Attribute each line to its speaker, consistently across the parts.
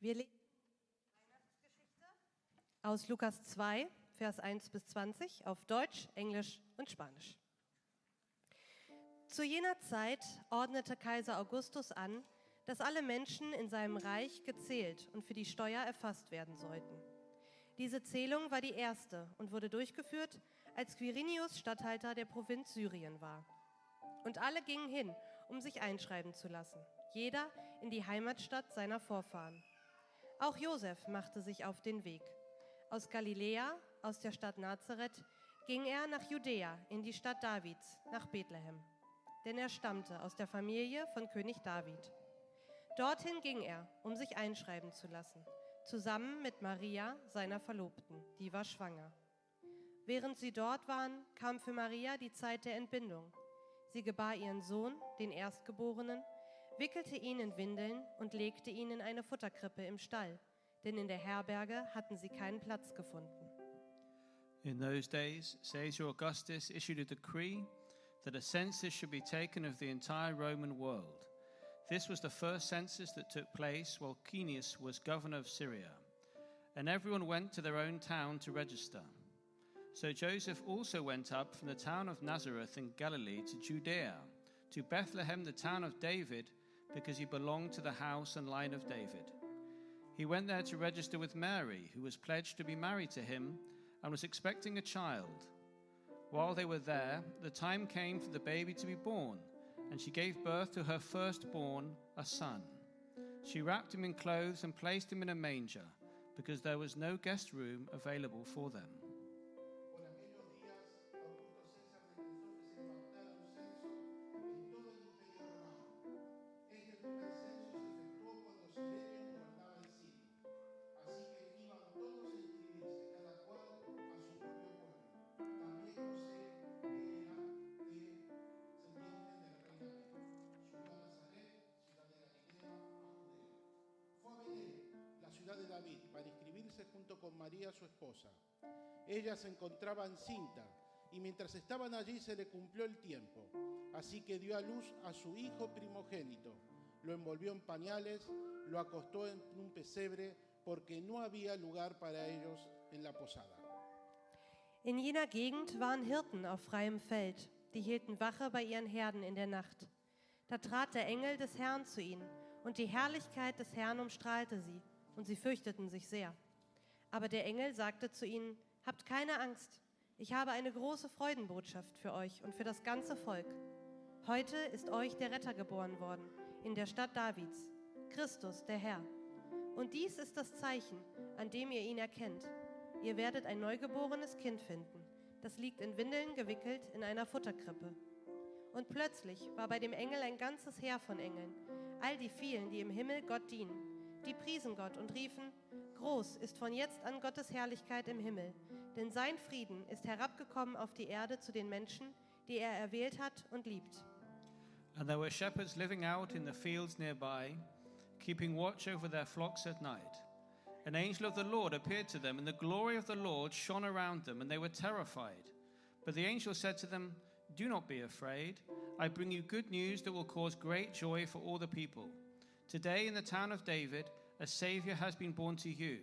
Speaker 1: Wir lesen aus Lukas 2, Vers 1 bis 20 auf Deutsch, Englisch und Spanisch. Zu jener Zeit ordnete Kaiser Augustus an, dass alle Menschen in seinem Reich gezählt und für die Steuer erfasst werden sollten. Diese Zählung war die erste und wurde durchgeführt, als Quirinius Statthalter der Provinz Syrien war. Und alle gingen hin, um sich einschreiben zu lassen, jeder in die Heimatstadt seiner Vorfahren. Auch Josef machte sich auf den Weg. Aus Galiläa, aus der Stadt Nazareth, ging er nach Judäa, in die Stadt Davids, nach Bethlehem. Denn er stammte aus der Familie von König David. Dorthin ging er, um sich einschreiben zu lassen, zusammen mit Maria, seiner Verlobten, die war schwanger. Während sie dort waren, kam für Maria die Zeit der Entbindung. Sie gebar ihren Sohn, den Erstgeborenen, wickelte ihn in Windeln und legte ihn in eine Futterkrippe im Stall, denn in der Herberge hatten sie keinen Platz gefunden.
Speaker 2: In those days, Caesar Augustus issued a decree that a census should be taken of the entire Roman world. This was the first census that took place while Quirinius was governor of Syria, and everyone went to their own town to register. So Joseph also went up from the town of Nazareth in Galilee to Judea, to Bethlehem, the town of David, because he belonged to the house and line of David. He went there to register with Mary, who was pledged to be married to him and was expecting a child. While they were there, the time came for the baby to be born, and she gave birth to her firstborn, a son. She wrapped him in clothes and placed him in a manger, because there was no guest room available for them.
Speaker 3: Por aquellos días, Augusto César decretó que se levantara un censo en todo el imperio romano. Este primer censo se efectuó cuando Silenio gobernaba el Sirio. Así que iban todos a inscribirse, cada cual a su propio pueblo. También José, que era de descendiente de la reina Mary, subió a Nazaret, ciudad de Galilea, a Judea. Fue a Belén, la ciudad de David, para inscribirse junto con María, su esposa. Ella se encontraba encinta y mientras estaban allí se le cumplió el tiempo. Así que dio a luz a su hijo primogénito, lo envolvió en pañales, lo acostó en un pesebre porque no había lugar para ellos en la posada.
Speaker 1: In jener Gegend waren Hirten auf freiem Feld, die hielten Wache bei ihren Herden in der Nacht. Da trat der Engel des Herrn zu ihnen, und die Herrlichkeit des Herrn umstrahlte sie, und sie fürchteten sich sehr. Aber der Engel sagte zu ihnen, Habt keine Angst, ich habe eine große Freudenbotschaft für euch und für das ganze Volk. Heute ist euch der Retter geboren worden, in der Stadt Davids, Christus der Herr. Und dies ist das Zeichen, an dem ihr ihn erkennt. Ihr werdet ein neugeborenes Kind finden, das liegt in Windeln gewickelt in einer Futterkrippe. Und plötzlich war bei dem Engel ein ganzes Heer von Engeln, all die vielen, die im Himmel Gott dienen. Die priesen Gott und riefen, Groß ist von jetzt an Gottes Herrlichkeit im Himmel, denn sein Frieden ist herabgekommen auf die Erde zu den Menschen, die er erwählt hat und liebt.
Speaker 2: And there were shepherds living out in the fields nearby, keeping watch over their flocks at night. An angel of the Lord appeared to them, and the glory of the Lord shone around them, and they were terrified. But the angel said to them, Do not be afraid. I bring you good news that will cause great joy for all the people. Today, in the town of David, a Savior has been born to you.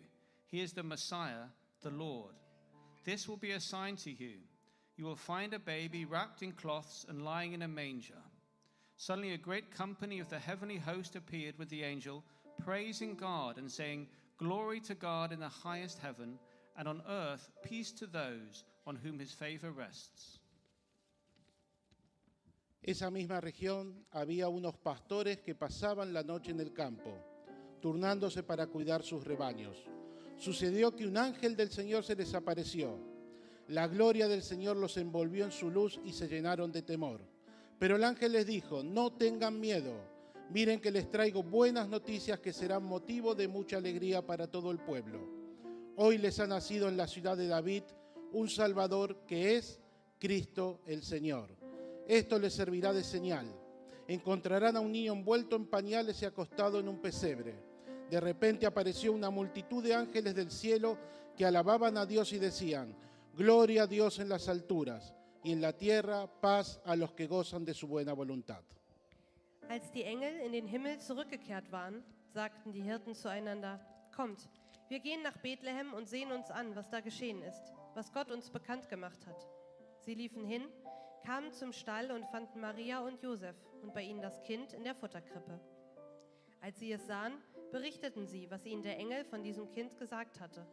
Speaker 2: He is the Messiah, the Lord. This will be a sign to you. You will find a baby wrapped in cloths and lying in a manger. Suddenly, a great company of the heavenly host appeared with the angel, praising God and saying, Glory to God in the highest heaven, and on earth peace to those on whom his favor rests.
Speaker 3: Esa misma región había unos pastores que pasaban la noche en el campo, turnándose para cuidar sus rebaños. Sucedió que un ángel del Señor se les apareció. La gloria del Señor los envolvió en su luz y se llenaron de temor. Pero el ángel les dijo, no tengan miedo, miren que les traigo buenas noticias que serán motivo de mucha alegría para todo el pueblo. Hoy les ha nacido en la ciudad de David un Salvador que es Cristo el Señor. Esto les servirá de señal. Encontrarán a un niño envuelto en pañales y acostado en un pesebre. De repente apareció una multitud de ángeles del cielo que alababan a Dios y decían, Gloria a Dios en las alturas y en la tierra paz a los que gozan de su buena voluntad.
Speaker 1: Als die Engel in den Himmel zurückgekehrt waren, sagten die Hirten zueinander, Kommt, wir gehen nach Bethlehem und sehen uns an, was da geschehen ist, was Gott uns bekannt gemacht hat. Sie liefen hin, kamen zum Stall und fanden Maria und Josef und bei ihnen das Kind in der Futterkrippe. Als sie es sahen, berichteten sie, was ihnen der Engel von diesem Kind gesagt hatte.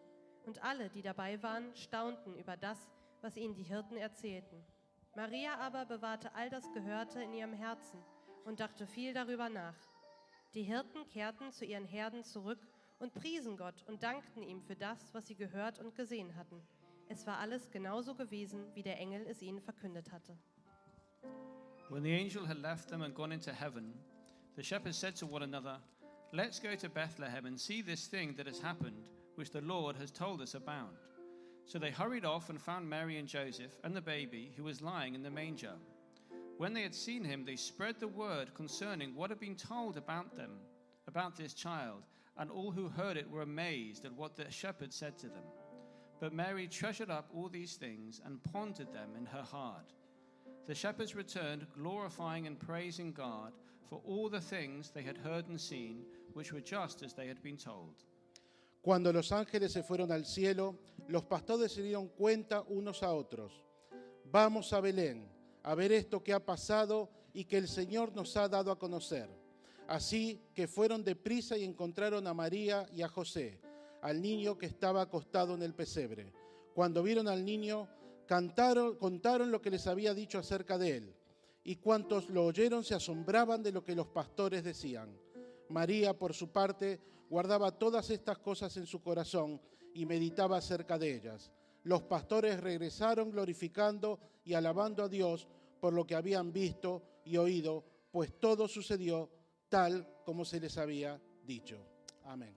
Speaker 1: Und alle, die dabei waren, staunten über das, was ihnen die Hirten erzählten. Maria aber bewahrte all das Gehörte in ihrem Herzen und dachte viel darüber nach. Die Hirten kehrten zu ihren Herden zurück und priesen Gott und dankten ihm für das, was sie gehört und gesehen hatten. Es war alles genauso gewesen, wie der Engel es ihnen verkündet hatte.
Speaker 2: When the angel had left them and gone into heaven, the shepherds said to one another, Let's go to Bethlehem and see this thing that has happened, which the Lord has told us about. So they hurried off and found Mary and Joseph and the baby, who was lying in the manger. When they had seen him, they spread the word concerning what had been told about them, about this child, and all who heard it were amazed at what the shepherds said to them. But Mary treasured up all these things and pondered them in her heart. The shepherds returned, glorifying and praising God for all the things they had heard and seen, which were just as they had been told.
Speaker 3: Cuando los ángeles se fueron al cielo, los pastores se dieron cuenta unos a otros. Vamos a Belén a ver esto que ha pasado y que el Señor nos ha dado a conocer. Así que fueron deprisa y encontraron a María y a José, al niño que estaba acostado en el pesebre. Cuando vieron al niño, cantaron, contaron lo que les había dicho acerca de él. Y cuantos lo oyeron se asombraban de lo que los pastores decían. María, por su parte, guardaba todas estas cosas en su corazón y meditaba acerca de ellas. Los pastores regresaron glorificando y alabando a Dios por lo que habían visto y oído, pues todo sucedió tal como se les había dicho. Amén.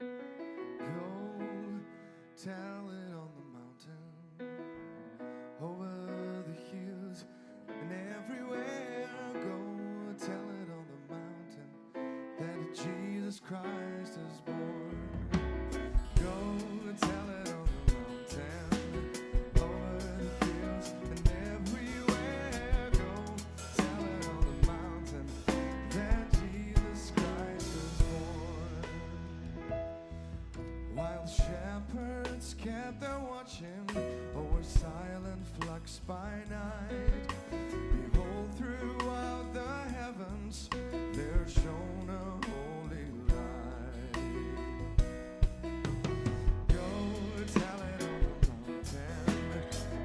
Speaker 4: Go tell it on the mountain, over the hills, and everywhere. Go tell it on the mountain that Jesus Christ is born. Go tell it on the mountain, over the hills, and everywhere. Go tell it on the mountain that Jesus Christ is born. While shepherds kept their watching o'er silent flocks by night, behold, throughout the heavens there shone a holy light. Go tell it on the mountain,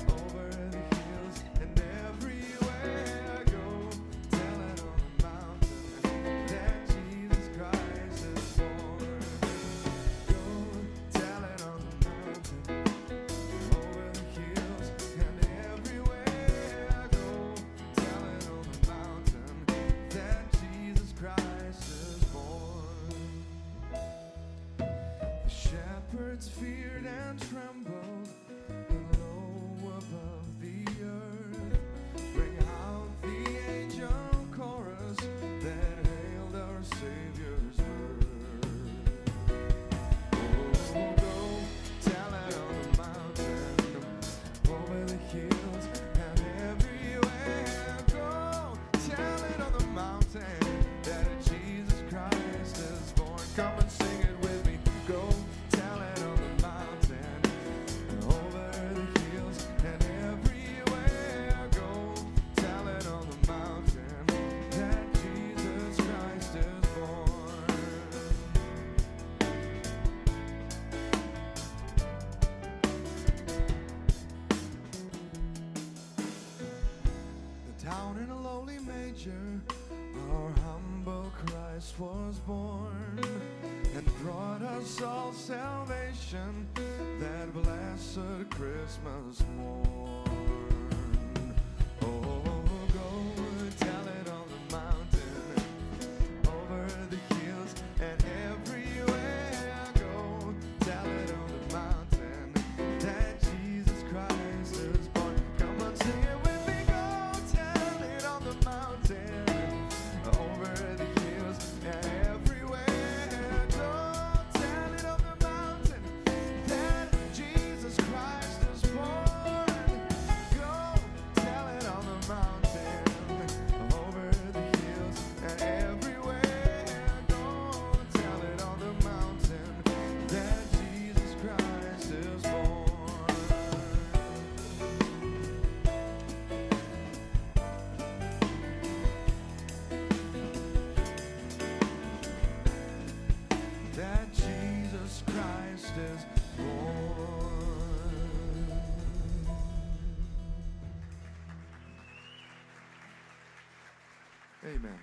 Speaker 4: over the hills and everywhere. Go tell it on the mountain that Jesus Christ is born. Go tell it on the mountain, over the hills and everywhere. Go tell it on the mountain that Jesus Christ is born. The shepherds feared and trembled, and lo, above the earth, bring out the angel chorus that hailed our Savior's birth. Go tell it on the mountain, over the hills and everywhere. Go tell it on the mountain that Jesus Christ is born. Come and sing it with me. Go tell it on the mountain, over the hills and everywhere. Go tell it on the mountain that Jesus Christ is born. Down in a lowly manger, our humble Christ was born and brought us all salvation that blessed Christmas morn. Oh, go tell it on the mountain, over the hills and everywhere. Go tell it on the mountain that Jesus Christ is born. Come on, sing it with me. Go tell Amen.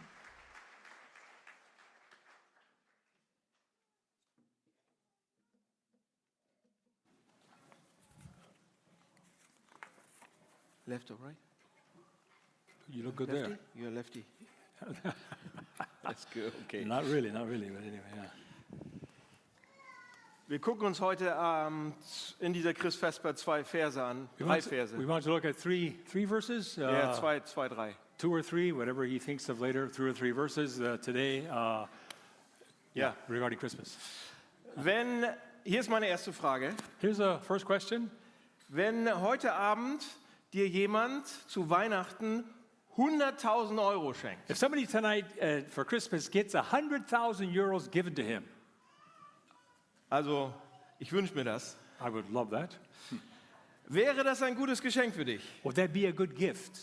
Speaker 5: Left or right?
Speaker 6: You look good
Speaker 5: lefty?
Speaker 6: there.
Speaker 5: You're a lefty.
Speaker 6: That's good. Okay. Not really, not really, but anyway, yeah.
Speaker 5: Wir gucken uns heute Abend in dieser Christfestbar zwei Verse an.
Speaker 6: We
Speaker 5: Drei
Speaker 6: want, to,
Speaker 5: Verse.
Speaker 6: we want to look at three three verses.
Speaker 5: Ja,
Speaker 6: uh,
Speaker 5: zwei, zwei, drei.
Speaker 6: two or three, whatever he thinks of later, two or three verses uh, today uh,
Speaker 5: Ja.
Speaker 6: regarding Christmas.
Speaker 5: Wenn, hier ist meine erste Frage.
Speaker 6: Here's a first question.
Speaker 5: Wenn heute Abend dir jemand zu Weihnachten 100.000 Euro schenkt,
Speaker 6: If somebody tonight uh, for Christmas gets 100,000 euros given to him,
Speaker 5: also ich wünsche mir das,
Speaker 6: I would love that.
Speaker 5: wäre das ein gutes Geschenk für dich?
Speaker 6: Would that be a good gift?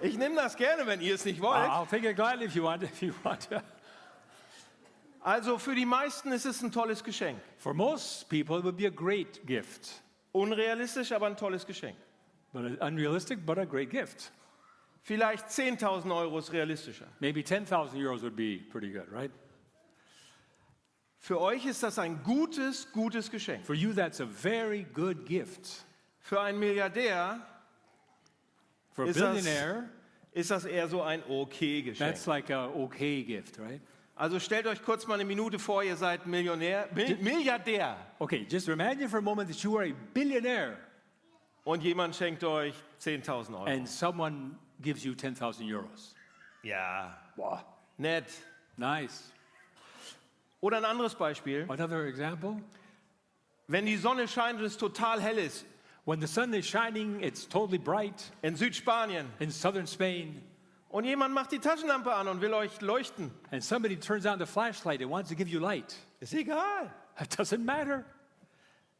Speaker 5: Ich nehme das gerne, wenn ihr es nicht wollt.
Speaker 6: I'll take it gladly if you want. If you want.
Speaker 5: Also für die meisten ist es ein tolles Geschenk.
Speaker 6: for most people, it would be a great gift,
Speaker 5: Unrealistisch, aber ein tolles Geschenk.
Speaker 6: but a- unrealistic, but a great gift.
Speaker 5: Vielleicht 10.000 Euro ist realistischer.
Speaker 6: Maybe 10,000 euros would be pretty good, right?
Speaker 5: Für euch ist das ein gutes, gutes Geschenk.
Speaker 6: For you, that's a very good gift.
Speaker 5: Für einen Milliardär
Speaker 6: For a
Speaker 5: Is us-
Speaker 6: billionaire,
Speaker 5: ist das eher so ein okay Geschenk.
Speaker 6: that's like a okay gift, right?
Speaker 5: Also stellt euch kurz mal eine Minute vor, ihr seid Millionär, Mil Milliardär
Speaker 6: Okay, just imagine for a moment that you are a billionaire
Speaker 5: und jemand schenkt euch 10.000 Euro.
Speaker 6: and someone gives you 10,000 euros.
Speaker 5: ja, nett.
Speaker 6: Nice.
Speaker 5: Oder ein anderes Beispiel.
Speaker 6: Another example
Speaker 5: Wenn die Sonne scheint und es total hell ist,
Speaker 6: when the sun is shining, it's totally bright
Speaker 5: in Südspanien,
Speaker 6: in southern Spain,
Speaker 5: und jemand macht die Taschenlampe an und will euch leuchten,
Speaker 6: and somebody turns on the flashlight and wants to give you light.
Speaker 5: ist egal.
Speaker 6: It doesn't matter.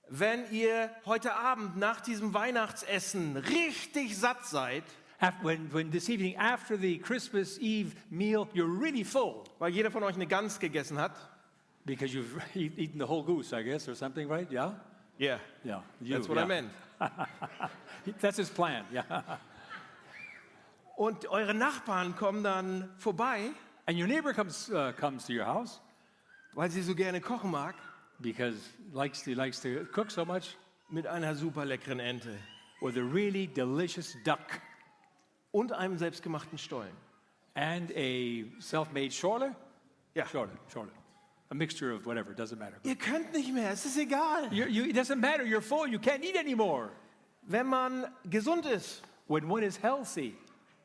Speaker 5: Wenn ihr heute Abend nach diesem Weihnachtsessen richtig satt seid,
Speaker 6: After, when, when this evening, after the Christmas Eve meal, you're really full
Speaker 5: weil jeder von euch eine Gans gegessen hat,
Speaker 6: because you've eat- eaten the whole goose, I guess, or something, right? Yeah?
Speaker 5: yeah,
Speaker 6: Yeah. You,
Speaker 5: that's what
Speaker 6: yeah.
Speaker 5: I meant.
Speaker 6: That's his plan, yeah.
Speaker 5: Und eure Nachbarn kommen dann vorbei,
Speaker 6: And your neighbor comes, uh, comes to your house
Speaker 5: weil sie so gerne kochen mag,
Speaker 6: because likes he likes to cook so much
Speaker 5: mit einer super leckeren Ente
Speaker 6: with a really delicious duck
Speaker 5: und einem selbstgemachten Stollen.
Speaker 6: and a self-made chorle.
Speaker 5: Ja.
Speaker 6: chorle, chorle, a mixture of whatever doesn't matter.
Speaker 5: Ihr könnt nicht mehr, es ist egal.
Speaker 6: You're, you, it doesn't matter. You're full. You can't eat anymore.
Speaker 5: Wenn man gesund ist
Speaker 6: When one is healthy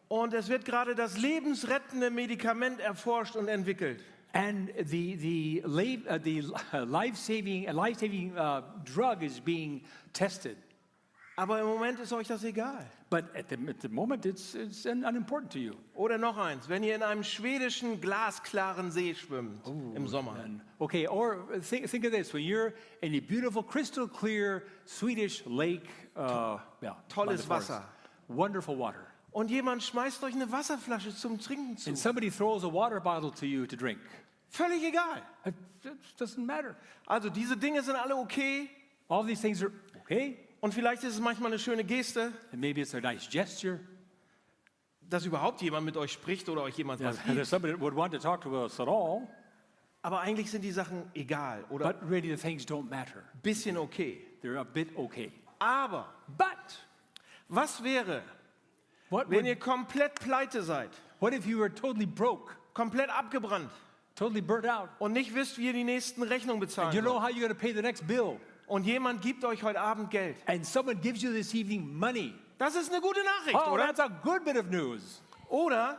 Speaker 5: und es wird gerade das lebensrettende Medikament erforscht und entwickelt,
Speaker 6: and the the la- uh, the uh, life-saving a life-saving uh, drug is being tested,
Speaker 5: aber im Moment ist euch das egal.
Speaker 6: but at the, at the moment it's it's un- unimportant to you.
Speaker 5: Oder noch eins, wenn ihr in einem schwedischen glasklaren See schwimmt
Speaker 6: Oh,
Speaker 5: im Sommer,
Speaker 6: And- okay, or think, think of this: when you're in a beautiful, crystal clear Swedish lake, uh, yeah, by the
Speaker 5: tolles
Speaker 6: forest.
Speaker 5: Wasser,
Speaker 6: wonderful water,
Speaker 5: und jemand schmeißt euch eine Wasserflasche zum Trinken zu,
Speaker 6: and somebody throws a water bottle to you to drink,
Speaker 5: völlig egal.
Speaker 6: it, it doesn't matter.
Speaker 5: Also diese Dinge sind alle okay
Speaker 6: All these things are okay,
Speaker 5: und vielleicht ist es manchmal eine schöne Geste,
Speaker 6: and maybe it's a nice gesture.
Speaker 5: dass überhaupt jemand mit euch spricht oder euch jemand
Speaker 6: Yes,
Speaker 5: was
Speaker 6: and
Speaker 5: gibt.
Speaker 6: if somebody would want to talk to us at all,
Speaker 5: Aber eigentlich sind die Sachen egal oder
Speaker 6: but really the things don't matter.
Speaker 5: ein bisschen okay.
Speaker 6: They're a bit okay.
Speaker 5: Aber
Speaker 6: But
Speaker 5: was wäre,
Speaker 6: what,
Speaker 5: wenn
Speaker 6: would,
Speaker 5: ihr komplett pleite seid,
Speaker 6: what if you were totally broke,
Speaker 5: komplett abgebrannt
Speaker 6: totally burnt out?
Speaker 5: und nicht wisst, wie ihr die nächsten Rechnungen bezahlen
Speaker 6: You know
Speaker 5: sollt?
Speaker 6: how you're going to pay the next bill,
Speaker 5: Und jemand gibt euch heute Abend Geld.
Speaker 6: and someone gives you this evening money.
Speaker 5: Das ist eine gute Nachricht,
Speaker 6: Oh,
Speaker 5: oder?
Speaker 6: that's a good bit of news.
Speaker 5: Uh-huh. Oder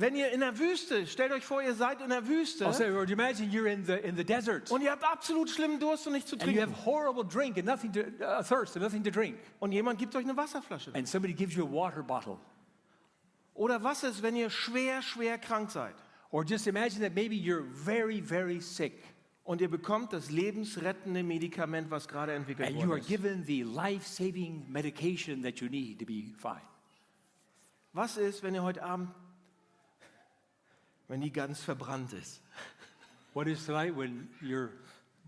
Speaker 5: wenn ihr in der Wüste, stellt euch vor, ihr seid in der Wüste
Speaker 6: Also, or imagine you're in the in the desert
Speaker 5: und ihr habt absolut schlimmen Durst und nichts zu
Speaker 6: and you have
Speaker 5: trinken.
Speaker 6: horrible drink and nothing to uh, thirst and nothing to drink,
Speaker 5: Und jemand gibt euch eine Wasserflasche.
Speaker 6: and somebody gives you a water bottle.
Speaker 5: Oder was ist, wenn ihr schwer, schwer krank seid
Speaker 6: Or just imagine that maybe you're very very sick
Speaker 5: und ihr bekommt das lebensrettende Medikament, was gerade entwickelt
Speaker 6: and you are
Speaker 5: worden ist.
Speaker 6: given the life-saving medication that you need to be fine.
Speaker 5: Was ist, wenn ihr heute Abend, wenn die ganz verbrannt ist?
Speaker 6: What is tonight when your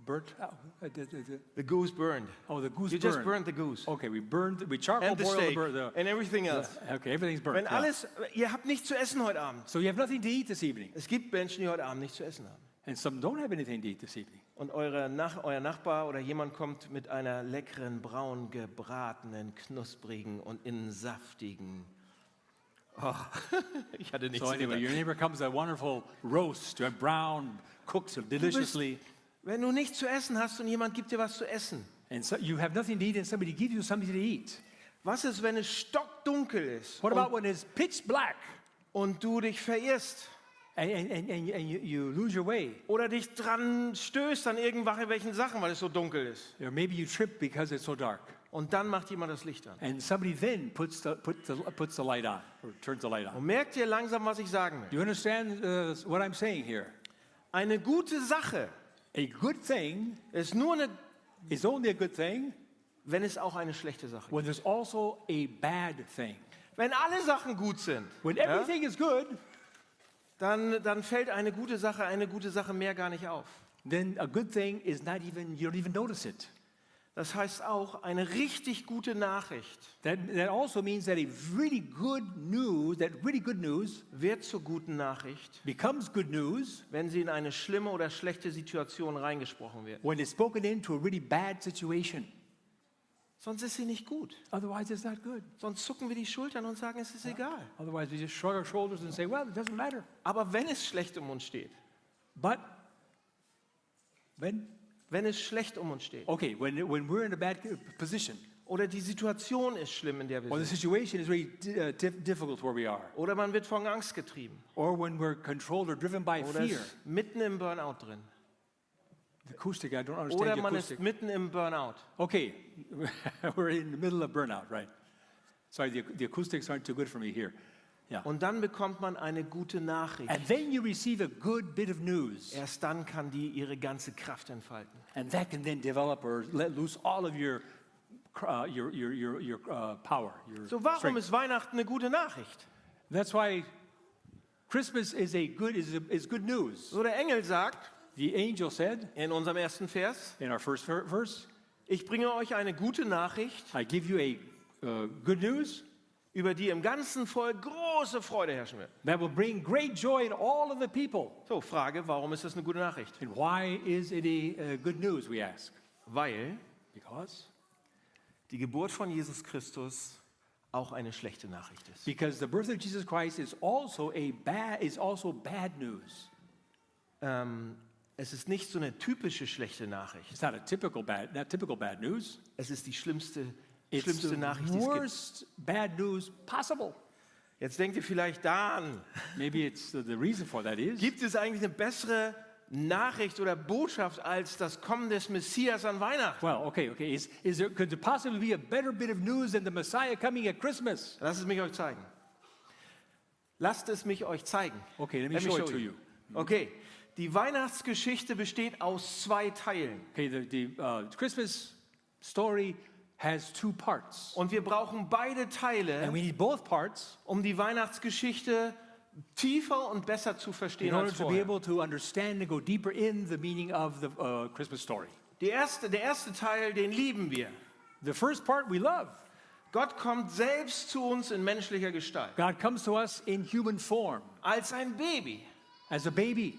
Speaker 6: burnt out. Uh, the- the- the-
Speaker 5: The goose burned.
Speaker 6: Oh, the goose
Speaker 5: You just
Speaker 6: burned.
Speaker 5: burned the goose.
Speaker 6: Okay, we burned, we charcoal
Speaker 5: And the
Speaker 6: boiled the
Speaker 5: steak.
Speaker 6: bird. The,
Speaker 5: And everything else.
Speaker 6: okay, everything's burnt.
Speaker 5: Wenn
Speaker 6: yeah.
Speaker 5: alles, ihr habt nichts zu essen heute Abend.
Speaker 6: So you have nothing to eat this evening,
Speaker 5: Es gibt Menschen, die heute Abend nichts zu essen haben.
Speaker 6: and some don't have anything to eat this evening.
Speaker 5: Und eure Nach euer Nachbar oder jemand kommt mit einer leckeren, braun gebratenen, knusprigen und innen saftigen. Oh, ich hatte nichts
Speaker 6: So anyway,
Speaker 5: gedacht.
Speaker 6: your neighbor comes a wonderful roast, uh, brown, cooked so deliciously,
Speaker 5: Wenn du nichts zu essen hast und jemand gibt dir was zu essen,
Speaker 6: and so you have nothing to eat, and somebody gives you something to eat.
Speaker 5: was ist, wenn es stockdunkel ist
Speaker 6: What
Speaker 5: und,
Speaker 6: about when it's pitch black
Speaker 5: und du dich verirrst
Speaker 6: and, and, and, and, and you, you lose your way,
Speaker 5: oder dich dran stößt an irgendwelchen Sachen, weil es so dunkel ist?
Speaker 6: or maybe you trip because it's so dark,
Speaker 5: Und dann macht jemand das Licht an.
Speaker 6: and somebody then puts the, put the, puts the light on or turns the light on?
Speaker 5: Und merkt ihr langsam, was ich sagen will?
Speaker 6: Do you understand uh, what I'm saying here?
Speaker 5: Eine gute Sache
Speaker 6: A good thing
Speaker 5: ist nur eine,
Speaker 6: is only a good thing
Speaker 5: wenn es auch eine schlechte Sache gibt.
Speaker 6: when there's also a bad thing.
Speaker 5: Wenn alle Sachen gut sind,
Speaker 6: When
Speaker 5: ja,
Speaker 6: everything is good,
Speaker 5: dann, dann fällt eine gute Sache, eine gute Sache mehr gar nicht auf.
Speaker 6: then a good thing is not even, you don't even notice it.
Speaker 5: Das heißt auch, eine richtig gute Nachricht
Speaker 6: That, that also means that a really good news, that really good news
Speaker 5: wird zur guten Nachricht,
Speaker 6: becomes good news
Speaker 5: wenn sie in eine schlimme oder schlechte Situation reingesprochen wird.
Speaker 6: when it's spoken into a really bad situation.
Speaker 5: Sonst ist sie nicht gut.
Speaker 6: Otherwise, it's not good.
Speaker 5: Sonst zucken wir die Schultern und sagen, es ist egal.
Speaker 6: Otherwise, we just shrug our shoulders and say, well, it doesn't matter.
Speaker 5: Aber wenn es schlecht um uns steht,
Speaker 6: But when,
Speaker 5: wenn es schlecht um uns steht,
Speaker 6: okay, when, when we're in a bad position,
Speaker 5: oder die Situation ist schlimm, in der wir
Speaker 6: or the
Speaker 5: sind,
Speaker 6: situation is really di- uh, dif- difficult where we are,
Speaker 5: oder man wird von Angst getrieben,
Speaker 6: or when we're controlled or driven by
Speaker 5: oder
Speaker 6: fear.
Speaker 5: ist mitten im Burnout drin,
Speaker 6: The acoustic, I don't
Speaker 5: oder
Speaker 6: understand the
Speaker 5: man ist
Speaker 6: acoustic.
Speaker 5: mitten im Burnout.
Speaker 6: Okay, we're in the middle of burnout, right? Sorry, the, the acoustics aren't too good for me here. Yeah.
Speaker 5: Und dann bekommt man eine gute Nachricht.
Speaker 6: And then you receive a good bit of news,
Speaker 5: Erst dann kann die ihre ganze Kraft entfalten.
Speaker 6: and that can then develop or let loose all of your, cr- uh, your, your, your, your uh, power. Your
Speaker 5: So, warum
Speaker 6: strength.
Speaker 5: ist Weihnachten eine gute Nachricht?
Speaker 6: That's why Christmas is a good is, a, is good news.
Speaker 5: So, der Engel sagt
Speaker 6: The angel said
Speaker 5: in unserem ersten Vers:
Speaker 6: in our first ver- verse,
Speaker 5: Ich bringe euch eine gute Nachricht,
Speaker 6: "I give you a uh, good news
Speaker 5: über die im ganzen Volk große Freude herrschen wird.
Speaker 6: that will bring great joy in all of the people."
Speaker 5: So, Frage: Warum ist das eine gute Nachricht?
Speaker 6: And why is it a, uh good news? We ask
Speaker 5: Weil
Speaker 6: because
Speaker 5: die Geburt von Jesus Christus auch eine schlechte Nachricht ist.
Speaker 6: because the birth of Jesus Christ is also a bad is also bad news.
Speaker 5: Ähm, es ist nicht so eine typische schlechte Nachricht.
Speaker 6: It's not a typical bad, not typical bad news.
Speaker 5: Es ist die schlimmste,
Speaker 6: It's
Speaker 5: schlimmste
Speaker 6: the
Speaker 5: Nachricht, die es gibt.
Speaker 6: worst bad news possible.
Speaker 5: Jetzt denkt ihr vielleicht daran,
Speaker 6: Maybe it's the, the reason for that is
Speaker 5: Gibt es eigentlich eine bessere Nachricht oder Botschaft als das Kommen des Messias an Weihnachten?
Speaker 6: well, okay, okay. Is, is there could there possibly be a better bit of news than the Messiah coming at Christmas?
Speaker 5: Lasst es mich euch zeigen. Lasst es mich euch zeigen.
Speaker 6: Okay, let me show it to you. Mm-hmm.
Speaker 5: Okay, die Weihnachtsgeschichte besteht aus zwei Teilen
Speaker 6: Okay, the, the uh, Christmas story has two parts,
Speaker 5: und wir brauchen beide
Speaker 6: and
Speaker 5: Teile,
Speaker 6: we need both parts
Speaker 5: um die Weihnachtsgeschichte tiefer und besser zu
Speaker 6: in
Speaker 5: verstehen
Speaker 6: order
Speaker 5: als
Speaker 6: to be
Speaker 5: vorher.
Speaker 6: able to understand and go deeper in the meaning of the uh, Christmas story.
Speaker 5: Die erste, der erste Teil, den lieben wir.
Speaker 6: The first part we love.
Speaker 5: Gott kommt selbst zu uns in menschlicher Gestalt,
Speaker 6: God comes to us in human form
Speaker 5: als ein Baby.
Speaker 6: as a baby.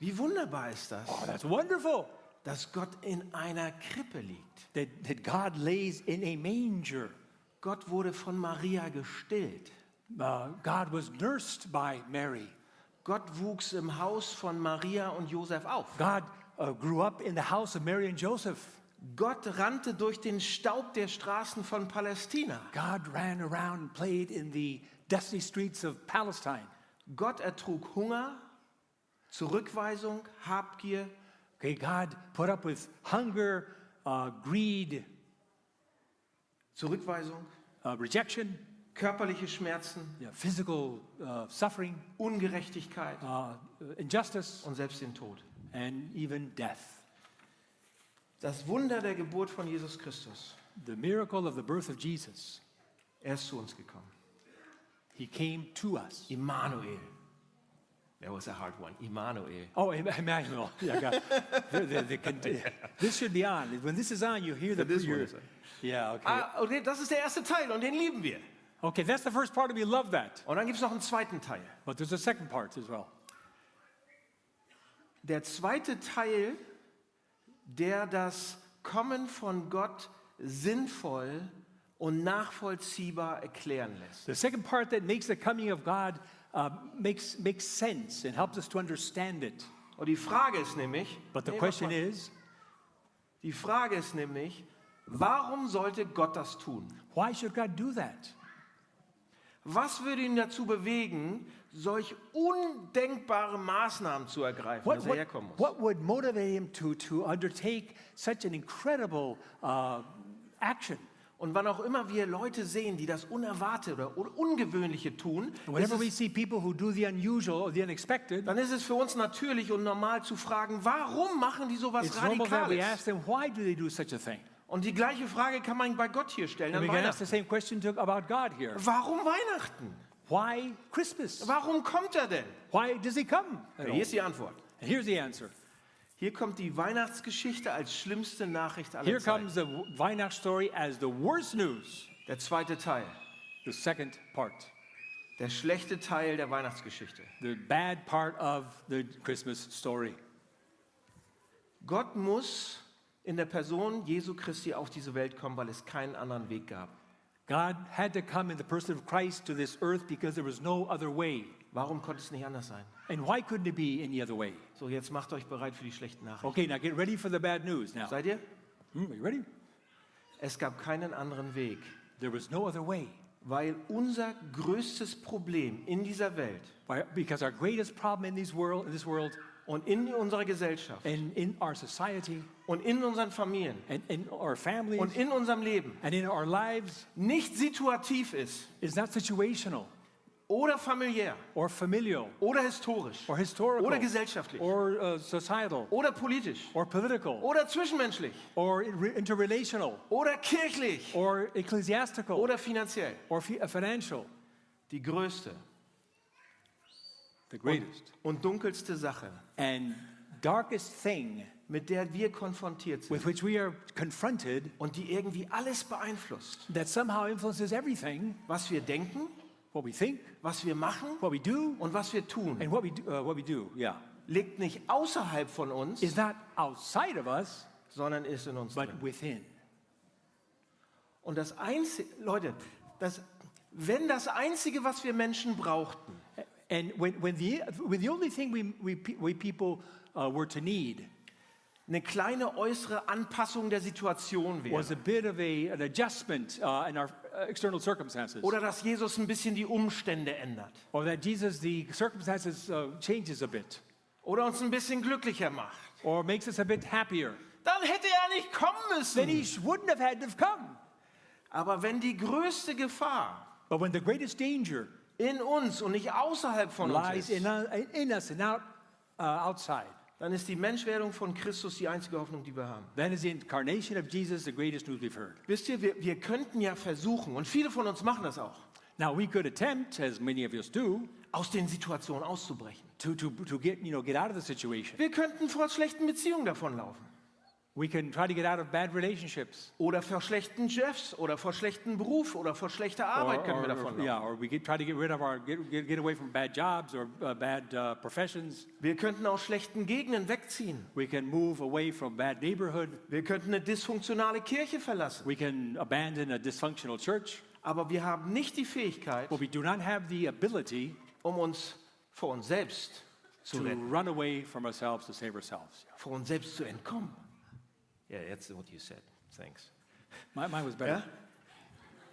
Speaker 5: Wie wunderbar ist das?
Speaker 6: Oh, that's wonderful.
Speaker 5: dass Gott in einer Krippe liegt.
Speaker 6: That, that God lays in a manger.
Speaker 5: Gott wurde von Maria gestillt.
Speaker 6: Uh, God was nursed by Mary.
Speaker 5: Gott wuchs im Haus von Maria und Josef auf.
Speaker 6: God uh, grew up in the house of Mary and Joseph.
Speaker 5: Gott rannte durch den Staub der Straßen von Palästina.
Speaker 6: God ran around and played in the dusty streets of Palestine.
Speaker 5: Gott ertrug Hunger, Zurückweisung, Habgier.
Speaker 6: Okay, God put up with hunger, uh, greed,
Speaker 5: Zurückweisung,
Speaker 6: uh, rejection,
Speaker 5: körperliche Schmerzen,
Speaker 6: you know, physical uh, suffering,
Speaker 5: Ungerechtigkeit
Speaker 6: uh, injustice,
Speaker 5: und selbst den Tod.
Speaker 6: and even death.
Speaker 5: Das Wunder der Geburt von Jesus Christus.
Speaker 6: The miracle of the birth of Jesus.
Speaker 5: Er ist zu uns gekommen.
Speaker 6: He came to us.
Speaker 5: Immanuel. That was a hard one. Immanuel.
Speaker 7: Oh, Im- Emmanuel. Yeah, God. The- the- the con- this should be on. When this is on, you hear the.
Speaker 5: this one
Speaker 7: your-
Speaker 5: is on.
Speaker 7: Yeah, okay.
Speaker 5: Ah, okay, das ist der erste Teil und den lieben wir.
Speaker 7: okay, that's the first part of you love that.
Speaker 5: Und dann gibt es noch einen zweiten Teil.
Speaker 7: But there's a second part as well.
Speaker 5: Der zweite Teil, der das Kommen von Gott sinnvoll und nachvollziehbar erklären lässt.
Speaker 7: The second part that makes the coming of God uh, makes, makes sense and helps us to understand it.
Speaker 5: Und die Frage ist nämlich,
Speaker 7: But the
Speaker 5: Nee,
Speaker 7: question
Speaker 5: mach mal.
Speaker 7: is,
Speaker 5: die Frage ist nämlich, warum sollte Gott das tun?
Speaker 7: why should God do that?
Speaker 5: Was würde ihn dazu bewegen, solch undenkbare Maßnahmen zu ergreifen,
Speaker 7: What,
Speaker 5: dass er
Speaker 7: what,
Speaker 5: herkommen muss?
Speaker 7: what would motivate him to, to undertake such an incredible uh, action?
Speaker 5: Und wann auch immer wir Leute sehen, die das Unerwartete oder Un- Ungewöhnliche tun, ist
Speaker 7: Whenever we
Speaker 5: es,
Speaker 7: see people who do the unusual or the unexpected,
Speaker 5: dann ist es für uns natürlich und normal zu fragen, warum machen die sowas
Speaker 7: it's normal that we
Speaker 5: Radikales?
Speaker 7: ask them, why do they do such a thing?
Speaker 5: Und die gleiche Frage kann man bei Gott hier stellen.
Speaker 7: And
Speaker 5: An
Speaker 7: we can ask the
Speaker 5: Weihnachten.
Speaker 7: same question to, about God here.
Speaker 5: Warum Weihnachten?
Speaker 7: Why Christmas?
Speaker 5: Warum kommt er denn?
Speaker 7: Why does he come? at all?
Speaker 5: Hier ist die Antwort.
Speaker 7: And here's the answer.
Speaker 5: Hier kommt die Weihnachtsgeschichte als schlimmste Nachricht aller
Speaker 7: Here
Speaker 5: Zeiten.
Speaker 7: comes the Weihnachtsstory as the worst news.
Speaker 5: Der zweite Teil,
Speaker 7: The second part,
Speaker 5: der schlechte Teil der Weihnachtsgeschichte.
Speaker 7: the bad part of the Christmas story.
Speaker 5: Gott muss in der Person Jesu Christi auf diese Welt kommen, weil es keinen anderen Weg gab.
Speaker 7: God had to come in the person of Christ to this earth because there was no other way.
Speaker 5: Warum konnte es nicht anders sein?
Speaker 7: And why couldn't it be any other way?
Speaker 5: So, jetzt macht euch bereit für die schlechten Nachrichten.
Speaker 7: Okay, now get ready for the bad news now.
Speaker 5: Seid ihr?
Speaker 7: Hmm, are you ready?
Speaker 5: Es gab keinen anderen Weg,
Speaker 7: There was no other way.
Speaker 5: weil unser größtes Problem in dieser Welt
Speaker 7: Why? Because our greatest problem in, these world, in this world
Speaker 5: und in unserer Gesellschaft
Speaker 7: and in our society
Speaker 5: und in unseren Familien
Speaker 7: and in our families
Speaker 5: und in unserem Leben
Speaker 7: and in our lives
Speaker 5: nicht situativ ist
Speaker 7: is not situational
Speaker 5: oder familiär
Speaker 7: or familial
Speaker 5: oder historisch
Speaker 7: or historical
Speaker 5: Oder gesellschaftlich.
Speaker 7: or uh, societal
Speaker 5: oder politisch
Speaker 7: or political
Speaker 5: oder zwischenmenschlich
Speaker 7: or re- interrelational
Speaker 5: oder kirchlich
Speaker 7: or ecclesiastical
Speaker 5: oder finanziell.
Speaker 7: or fi- uh, financial.
Speaker 5: Die größte
Speaker 7: The greatest
Speaker 5: und dunkelste Sache,
Speaker 7: and darkest thing
Speaker 5: mit der wir konfrontiert sind
Speaker 7: with which we are confronted
Speaker 5: und die irgendwie alles beeinflusst,
Speaker 7: that somehow influences everything
Speaker 5: was wir denken,
Speaker 7: what we think,
Speaker 5: was wir machen
Speaker 7: what we do,
Speaker 5: und was wir tun,
Speaker 7: and what we do, uh, what we do yeah,
Speaker 5: liegt nicht außerhalb von uns,
Speaker 7: is not outside of us,
Speaker 5: sondern ist in uns
Speaker 7: but
Speaker 5: drin.
Speaker 7: within.
Speaker 5: Und das einzige, Leute, das, wenn das einzige, was wir Menschen brauchten,
Speaker 7: And when, when, the, when the only thing we, we, pe- we people uh, were to need
Speaker 5: eine kleine äußere Anpassung der Situation
Speaker 7: was
Speaker 5: wäre
Speaker 7: a bit of a, an adjustment uh, in our uh, external circumstances,
Speaker 5: oder dass Jesus ein bisschen die Umstände ändert
Speaker 7: or that Jesus, the circumstances uh, changes a bit,
Speaker 5: oder uns ein bisschen glücklicher macht,
Speaker 7: or makes us a bit happier,
Speaker 5: dann hätte er nicht kommen
Speaker 7: then
Speaker 5: müssen.
Speaker 7: he sh- wouldn't have had to have come.
Speaker 5: Aber wenn die größte Gefahr
Speaker 7: But when the greatest danger
Speaker 5: in uns und nicht außerhalb von uns
Speaker 7: lies in,
Speaker 5: ist,
Speaker 7: u- in us and out, uh, outside,
Speaker 5: dann ist die Menschwerdung von Christus die einzige Hoffnung, die wir haben.
Speaker 7: then is the incarnation of Jesus the greatest news we've heard.
Speaker 5: Wisst ihr, wir, wir könnten ja versuchen, und viele von uns machen das auch,
Speaker 7: Now we could attempt, as many of us do,
Speaker 5: aus den Situationen auszubrechen.
Speaker 7: to, to, to get you know get out of the situation.
Speaker 5: Wir könnten vor schlechten Beziehungen davonlaufen.
Speaker 7: We can try to get out of bad relationships.
Speaker 5: Oder vor schlechten Chefs oder vor schlechten Beruf oder vor schlechter Arbeit können wir davonlaufen.
Speaker 7: yeah, or we get, try to get rid of our get, get, get away from bad jobs or uh, bad uh, professions.
Speaker 5: Wir könnten aus schlechten Gegenden wegziehen.
Speaker 7: We can move away from bad neighborhood.
Speaker 5: Wir könnten eine dysfunktionale Kirche verlassen.
Speaker 7: We can abandon a dysfunctional church.
Speaker 5: Aber wir haben nicht die Fähigkeit,
Speaker 7: But we do not have the ability
Speaker 5: um uns vor uns selbst zu
Speaker 7: to
Speaker 5: retten,
Speaker 7: run away from ourselves to save ourselves.
Speaker 5: vor uns selbst zu entkommen. Ja, yeah, that's what you said. Thanks.
Speaker 7: My, mine was better.
Speaker 5: Ja?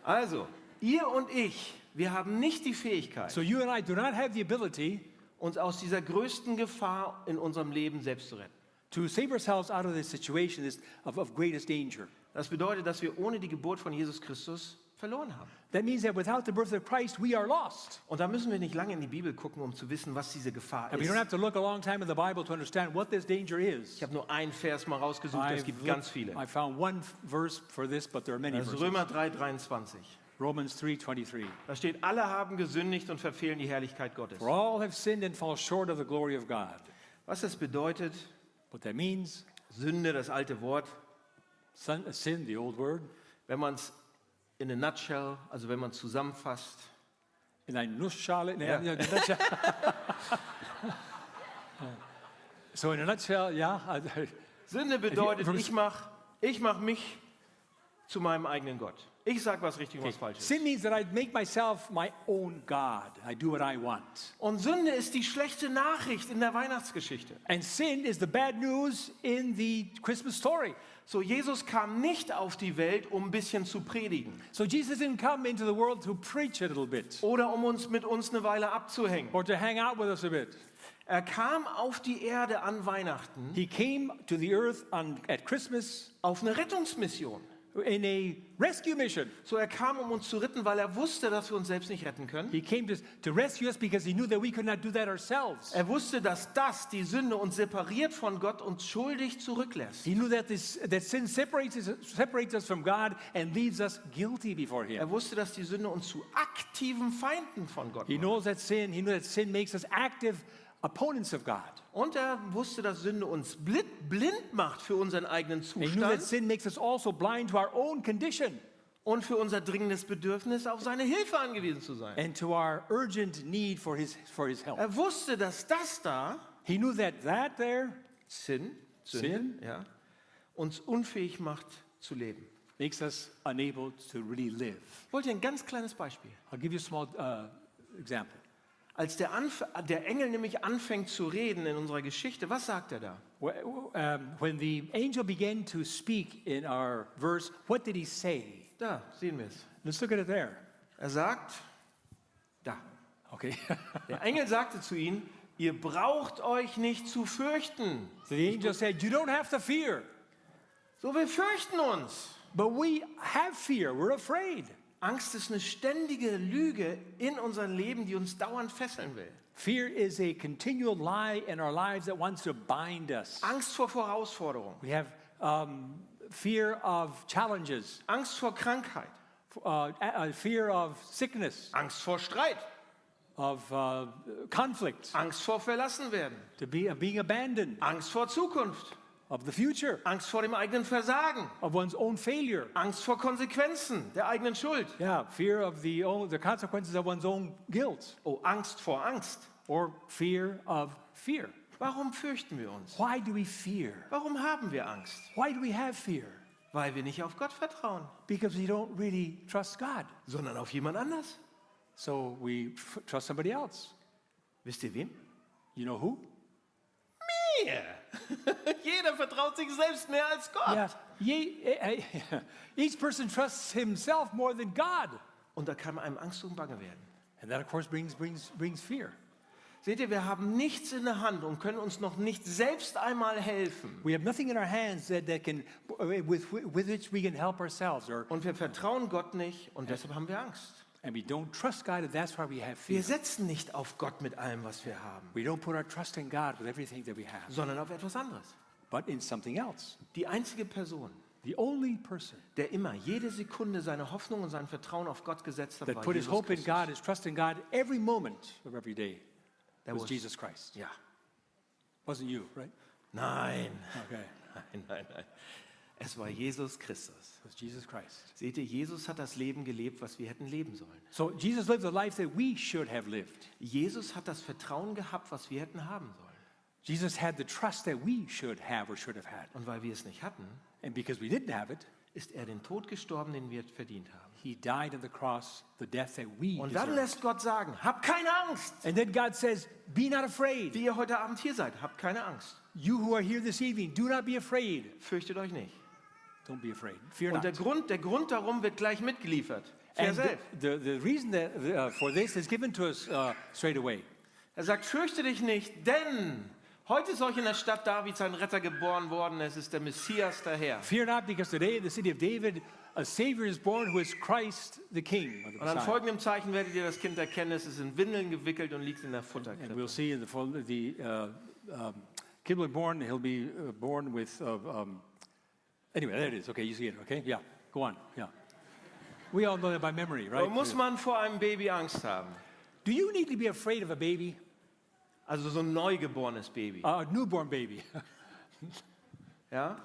Speaker 5: Also, ihr und ich, wir haben nicht die Fähigkeit,
Speaker 7: So you and I do not have the ability
Speaker 5: uns aus dieser größten Gefahr in unserem Leben selbst zu retten.
Speaker 7: to save ourselves out of this situation this, of, of greatest danger.
Speaker 5: Das bedeutet, dass wir ohne die Geburt von Jesus Christus verloren haben.
Speaker 7: That means that without the birth of Christ, we are lost.
Speaker 5: Und da müssen wir nicht lange in die Bibel gucken, um zu wissen, was diese Gefahr
Speaker 7: And we
Speaker 5: ist.
Speaker 7: don't have to look a long time in the Bible to understand what this danger is.
Speaker 5: Ich habe nur einen Vers mal rausgesucht, es
Speaker 7: I've
Speaker 5: gibt
Speaker 7: looked-
Speaker 5: ganz viele.
Speaker 7: I found one verse for this, but there are many
Speaker 5: Das ist
Speaker 7: verses.
Speaker 5: Römer 3, 23.
Speaker 7: Romans 3:23.
Speaker 5: Da steht, alle haben gesündigt und verfehlen die Herrlichkeit Gottes.
Speaker 7: For all have sinned and fall short of the glory of God.
Speaker 5: Was das bedeutet,
Speaker 7: What that means,
Speaker 5: Sünde, das alte Wort,
Speaker 7: sin, sin the old word,
Speaker 5: wenn man es in a nutshell, also wenn man zusammenfasst,
Speaker 7: in a nutshell. in a-
Speaker 5: Yeah.
Speaker 7: in a nutshell. Uh, so in a nutshell, yeah. I-
Speaker 5: Sünde bedeutet,
Speaker 7: Vers-
Speaker 5: ich mach, ich mach mich zu meinem eigenen Gott. Ich sag, was richtig und was falsch ist.
Speaker 7: Sin means that I make myself my own God. I do what I want.
Speaker 5: Und Sünde ist die schlechte Nachricht in der Weihnachtsgeschichte.
Speaker 7: And sin is the bad news in the Christmas story.
Speaker 5: So, Jesus kam nicht auf die Welt, um ein bisschen zu predigen
Speaker 7: So Jesus didn't come into the world to preach a little bit
Speaker 5: oder um uns mit uns eine Weile abzuhängen.
Speaker 7: or to hang out with us a bit.
Speaker 5: Er kam auf die Erde an Weihnachten
Speaker 7: He came to the earth on, at Christmas
Speaker 5: auf eine Rettungsmission.
Speaker 7: in a rescue mission.
Speaker 5: So, er kam, um uns zu retten, weil er wusste, dass wir uns selbst nicht retten können.
Speaker 7: He came to, to rescue us because he knew that we could not do that ourselves.
Speaker 5: Er wusste, dass das, die Sünde, uns separiert von Gott und schuldig zurücklässt.
Speaker 7: He knew that, this, that sin separates us, separates us from God and leaves us guilty before Him.
Speaker 5: Er wusste, dass die Sünde uns zu aktiven Feinden von Gott
Speaker 7: He
Speaker 5: macht.
Speaker 7: knows that sin, he knows that sin makes us active opponents of God.
Speaker 5: Und er wusste, dass Sünde uns blind, blind macht für unseren eigenen
Speaker 7: And he knew that
Speaker 5: Zustand
Speaker 7: sin makes us also blind to our own condition
Speaker 5: und für unser dringendes Bedürfnis, auf seine Hilfe angewiesen zu sein.
Speaker 7: and to our urgent need for his, for his help.
Speaker 5: Er wusste, dass das da,
Speaker 7: He knew that that there
Speaker 5: Sinn,
Speaker 7: Sünde,
Speaker 5: Ja, uns unfähig macht zu leben.
Speaker 7: makes us unable to really live.
Speaker 5: Ich wollte ein ganz kleines Beispiel.
Speaker 7: I'll give you a small uh, example.
Speaker 5: Als der, Anf der Engel nämlich anfängt zu reden in unserer Geschichte, was sagt er da?
Speaker 7: Wh- um, When the angel began to speak in our verse, what did he say?
Speaker 5: Da, sehen wir es.
Speaker 7: Let's look at it there.
Speaker 5: Er sagt, da.
Speaker 7: Okay.
Speaker 5: Der Engel sagte zu ihnen, ihr braucht euch nicht zu fürchten.
Speaker 7: so the angel said, You don't have to fear.
Speaker 5: So, wir fürchten uns.
Speaker 7: But we have fear. We're afraid.
Speaker 5: Angst ist eine ständige Lüge in unserem Leben, die uns dauernd fesseln will.
Speaker 7: Fear is a continual lie in our lives that wants to bind us.
Speaker 5: Angst vor Herausforderungen,
Speaker 7: We have um, fear of challenges,
Speaker 5: Angst vor Krankheit,
Speaker 7: f- uh, a- uh, fear of sickness,
Speaker 5: Angst vor Streit,
Speaker 7: of uh, conflict,
Speaker 5: Angst vor verlassen werden,
Speaker 7: to be, of being abandoned,
Speaker 5: Angst vor Zukunft,
Speaker 7: of the future,
Speaker 5: Angst vor dem eigenen Versagen,
Speaker 7: of one's own failure.
Speaker 5: Angst vor Konsequenzen der eigenen Schuld.
Speaker 7: Yeah, fear of the, own, the consequences of one's own guilt
Speaker 5: Oh, Angst vor Angst.
Speaker 7: or fear of fear.
Speaker 5: Warum fürchten wir uns?
Speaker 7: Why do we fear?
Speaker 5: Warum haben wir Angst?
Speaker 7: Why do we have fear?
Speaker 5: Weil wir nicht auf Gott vertrauen,
Speaker 7: Because we don't really trust God.
Speaker 5: sondern auf jemand anders.
Speaker 7: So we f- trust somebody else.
Speaker 5: Wisst ihr wem?
Speaker 7: You know who?
Speaker 5: Mir. Jeder vertraut sich selbst mehr als Gott.
Speaker 7: Yeah. Ye- eh, eh, each person trusts himself more than God.
Speaker 5: Und da kann einem Angst und Bange werden.
Speaker 7: And that, of course, brings, brings, brings fear.
Speaker 5: Seht ihr, wir haben nichts in der Hand und können uns noch nicht selbst einmal helfen.
Speaker 7: We have nothing in our hands that, that can, with, with which we can help ourselves, or,
Speaker 5: Und wir vertrauen Gott nicht und deshalb haben wir Angst.
Speaker 7: and we don't trust God, and that's why we have fear.
Speaker 5: Wir setzen nicht auf Gott mit allem, was wir haben,
Speaker 7: We don't put our trust in God with everything that we have,
Speaker 5: sondern auf etwas anderes.
Speaker 7: but in something else.
Speaker 5: Die einzige Person,
Speaker 7: The only person
Speaker 5: der immer jede Sekunde seine Hoffnung und sein Vertrauen auf Gott gesetzt hat,
Speaker 7: that
Speaker 5: war
Speaker 7: put his
Speaker 5: Jesus
Speaker 7: hope in
Speaker 5: Christus.
Speaker 7: God, his trust in God every moment of every day,
Speaker 5: That
Speaker 7: was
Speaker 5: was-
Speaker 7: Jesus Christ.
Speaker 5: Ja.
Speaker 7: Wasn't you, right?
Speaker 5: Nein,
Speaker 7: Okay.
Speaker 5: nein, nein, nein. Es war Jesus Christus.
Speaker 7: It was Jesus Christ.
Speaker 5: Seht ihr, Jesus hat das Leben gelebt, was wir hätten leben sollen.
Speaker 7: So Jesus lived the life that we should have lived.
Speaker 5: Jesus hat das Vertrauen gehabt, was wir hätten haben sollen.
Speaker 7: Jesus had the trust that we should have or should have had.
Speaker 5: Und weil wir es nicht hatten,
Speaker 7: And because we didn't have it,
Speaker 5: ist er den Tod gestorben, den wir verdient haben.
Speaker 7: he died on the cross the death that we
Speaker 5: Und dann
Speaker 7: deserved.
Speaker 5: lässt Gott sagen, habt keine Angst.
Speaker 7: And then God says, Be not afraid.
Speaker 5: Wie ihr heute Abend hier seid, habt keine Angst.
Speaker 7: You who are here this evening, do not be afraid.
Speaker 5: Fürchtet euch nicht.
Speaker 7: Don't be afraid. Fear
Speaker 5: Und der
Speaker 7: not.
Speaker 5: Grund, der Grund darum wird gleich mitgeliefert.
Speaker 7: And
Speaker 5: Vers
Speaker 7: the,
Speaker 5: 11.
Speaker 7: the, the reason that, uh, for this is given to us uh, straight away.
Speaker 5: Er sagt, fürchte dich nicht, denn heute ist euch in der Stadt Davids ein Retter geboren worden. Es ist der Messias der Herr.
Speaker 7: Fear not, because today in the city of David, a Savior is born who is Christ the King. Or the
Speaker 5: Und an
Speaker 7: Messiah.
Speaker 5: folgendem Zeichen werdet ihr das Kind erkennen. Es ist in Windeln gewickelt und liegt in der
Speaker 7: And we'll
Speaker 5: Futterkrippe.
Speaker 7: see in the, full- the uh, um, kid will be born, he'll be uh, born with, uh, um, anyway, there it is. Okay, you see it, okay? Yeah, go on, yeah. We all know that by memory, right?
Speaker 5: Muss man vor einem Baby Angst haben?
Speaker 7: Do you need to be afraid of a baby?
Speaker 5: Also so ein neugeborenes Baby.
Speaker 7: A newborn baby.
Speaker 5: Ja?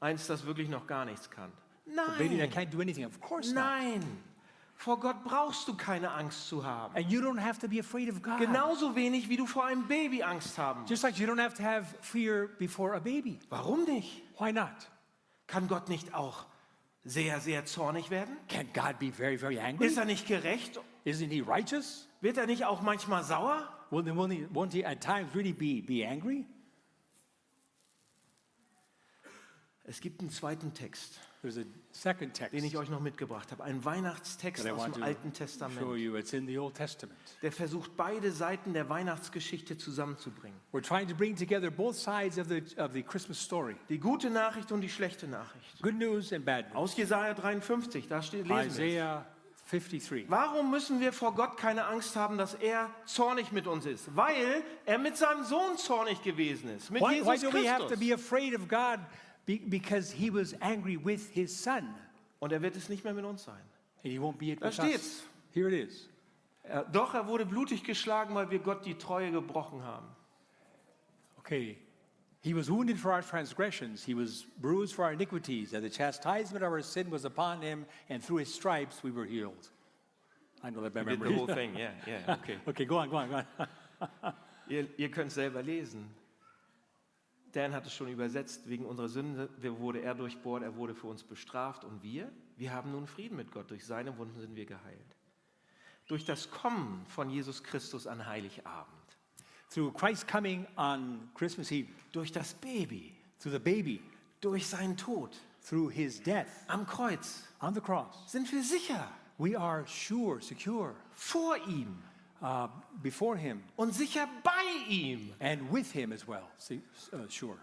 Speaker 5: Eins, das wirklich noch gar nichts kann.
Speaker 7: a baby that
Speaker 5: Nein,
Speaker 7: can't do anything. Of course not.
Speaker 5: nein. Vor Gott brauchst du keine Angst zu haben.
Speaker 7: And you don't have to be afraid of God.
Speaker 5: Genauso wenig, wie du vor einem Baby Angst haben musst.
Speaker 7: Just like you don't have to have fear before a baby.
Speaker 5: Warum nicht?
Speaker 7: Why not?
Speaker 5: Kann Gott nicht auch sehr, sehr zornig werden?
Speaker 7: Can God be very, very angry?
Speaker 5: Ist er nicht gerecht?
Speaker 7: Isn't he righteous?
Speaker 5: Wird er nicht auch manchmal sauer?
Speaker 7: Well, then won't he, won't he at times really be, be angry?
Speaker 5: Es gibt einen zweiten Text,
Speaker 7: There's a second text
Speaker 5: den ich euch noch mitgebracht habe. Ein Weihnachtstext
Speaker 7: that I
Speaker 5: aus
Speaker 7: want
Speaker 5: dem
Speaker 7: to
Speaker 5: Alten
Speaker 7: show
Speaker 5: Testament.
Speaker 7: you. It's in the Old Testament.
Speaker 5: Der versucht, beide Seiten der Weihnachtsgeschichte zusammenzubringen.
Speaker 7: We're trying to bring together both sides of the, of the Christmas story
Speaker 5: Die gute Nachricht und die schlechte Nachricht.
Speaker 7: good news and bad news.
Speaker 5: Aus Jesaja 53, da steht, lesen wir. es.
Speaker 7: Isaiah 53.
Speaker 5: Warum müssen wir vor Gott keine Angst haben, dass er zornig mit uns ist? Weil er mit seinem Sohn zornig gewesen ist, mit
Speaker 7: Why,
Speaker 5: Jesus
Speaker 7: why do we have to
Speaker 5: Christus.
Speaker 7: be afraid of God? Be, because he was angry with his son,
Speaker 5: Und er wird es nicht mehr mit uns sein.
Speaker 7: and he won't be it
Speaker 5: Da
Speaker 7: with
Speaker 5: steht's.
Speaker 7: us. Here it is.
Speaker 5: Er, doch, er wurde blutig geschlagen, weil wir Gott die Treue gebrochen haben.
Speaker 7: Okay. He was wounded for our transgressions. He was bruised for our iniquities. And the chastisement of our sin was upon him. And through his stripes we were healed. I know that by memory.
Speaker 5: thing, yeah, yeah, okay.
Speaker 7: Okay, go on, go on, go on.
Speaker 5: ihr ihr könnt selber lesen. Dan hat es schon übersetzt, wegen unserer Sünde wir wurde er durchbohrt, er wurde für uns bestraft und wir, wir haben nun Frieden mit Gott, durch seine Wunden sind wir geheilt. Durch das Kommen von Jesus Christus an Heiligabend,
Speaker 7: Through Christ's coming on Christmas Eve,
Speaker 5: durch das Baby,
Speaker 7: through the baby,
Speaker 5: durch seinen Tod
Speaker 7: through his death
Speaker 5: am Kreuz
Speaker 7: on the cross,
Speaker 5: sind wir sicher
Speaker 7: we are sure, secure
Speaker 5: vor ihm
Speaker 7: uh, before him
Speaker 5: und sicher bei ihm.
Speaker 7: and with him as well. See, uh, sure.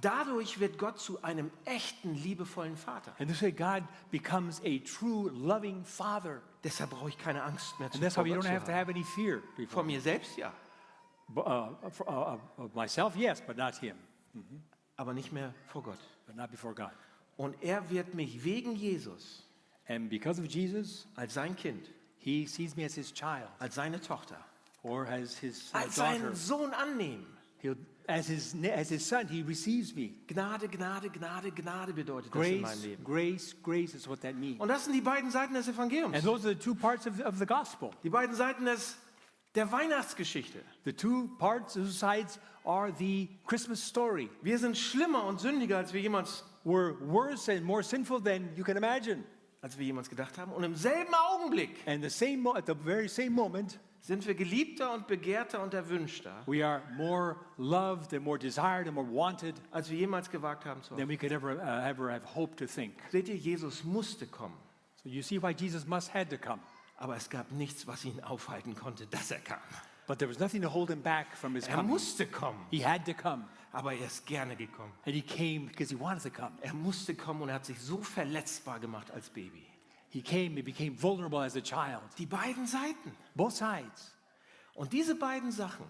Speaker 5: Dadurch wird Gott zu einem echten, liebevollen Vater.
Speaker 7: And this way, God becomes a true, loving Father.
Speaker 5: Deshalb brauche ich keine Angst mehr zu
Speaker 7: And that's why
Speaker 5: vor
Speaker 7: we
Speaker 5: Gott
Speaker 7: don't
Speaker 5: zu
Speaker 7: have to have
Speaker 5: haben.
Speaker 7: any fear
Speaker 5: Vor
Speaker 7: before
Speaker 5: mir selbst ja,
Speaker 7: B- uh, for, uh, uh, of myself, yes, but not him,
Speaker 5: aber nicht mehr vor Gott.
Speaker 7: but not before God.
Speaker 5: Und er wird mich wegen Jesus
Speaker 7: And because of Jesus,
Speaker 5: als sein Kind,
Speaker 7: he sees me as his child
Speaker 5: als seine Tochter,
Speaker 7: or as his uh,
Speaker 5: als
Speaker 7: daughter.
Speaker 5: seinen Sohn annehmen.
Speaker 7: He'll, as, his, ne- as his son, he receives me.
Speaker 5: Gnade, Gnade, Gnade, Gnade bedeutet das in meinem
Speaker 7: Grace,
Speaker 5: Leben.
Speaker 7: grace, grace is what that means.
Speaker 5: Und das sind die beiden Seiten des
Speaker 7: And
Speaker 5: Evangeliums.
Speaker 7: those are the two parts of, of the gospel.
Speaker 5: Die beiden Seiten des, der Weihnachtsgeschichte.
Speaker 7: The two parts, those sides, are the Christmas story.
Speaker 5: Wir sind schlimmer und sündiger, als wir jemals,
Speaker 7: We're worse and more sinful than you can imagine.
Speaker 5: als wir jemals gedacht haben. Und im selben Augenblick
Speaker 7: And the same mo- at the very same moment,
Speaker 5: sind wir geliebter und begehrter und erwünschter,
Speaker 7: we are more loved and more desired and more wanted
Speaker 5: als wir jemals gewagt haben zu hoffen.
Speaker 7: than we could ever, uh, ever have hoped to think.
Speaker 5: Seht ihr, Jesus musste kommen,
Speaker 7: So you see why Jesus must had to come.
Speaker 5: aber es gab nichts, was ihn aufhalten konnte, dass er kam.
Speaker 7: But there was nothing to hold him back from his
Speaker 5: Er
Speaker 7: coming.
Speaker 5: musste kommen,
Speaker 7: He had to come,
Speaker 5: aber er ist gerne gekommen.
Speaker 7: and he came because he wanted to come.
Speaker 5: Er musste kommen und er hat sich so verletzbar gemacht als Baby.
Speaker 7: He came and became vulnerable as a child.
Speaker 5: Die beiden Seiten.
Speaker 7: Both sides.
Speaker 5: Und diese beiden Sachen,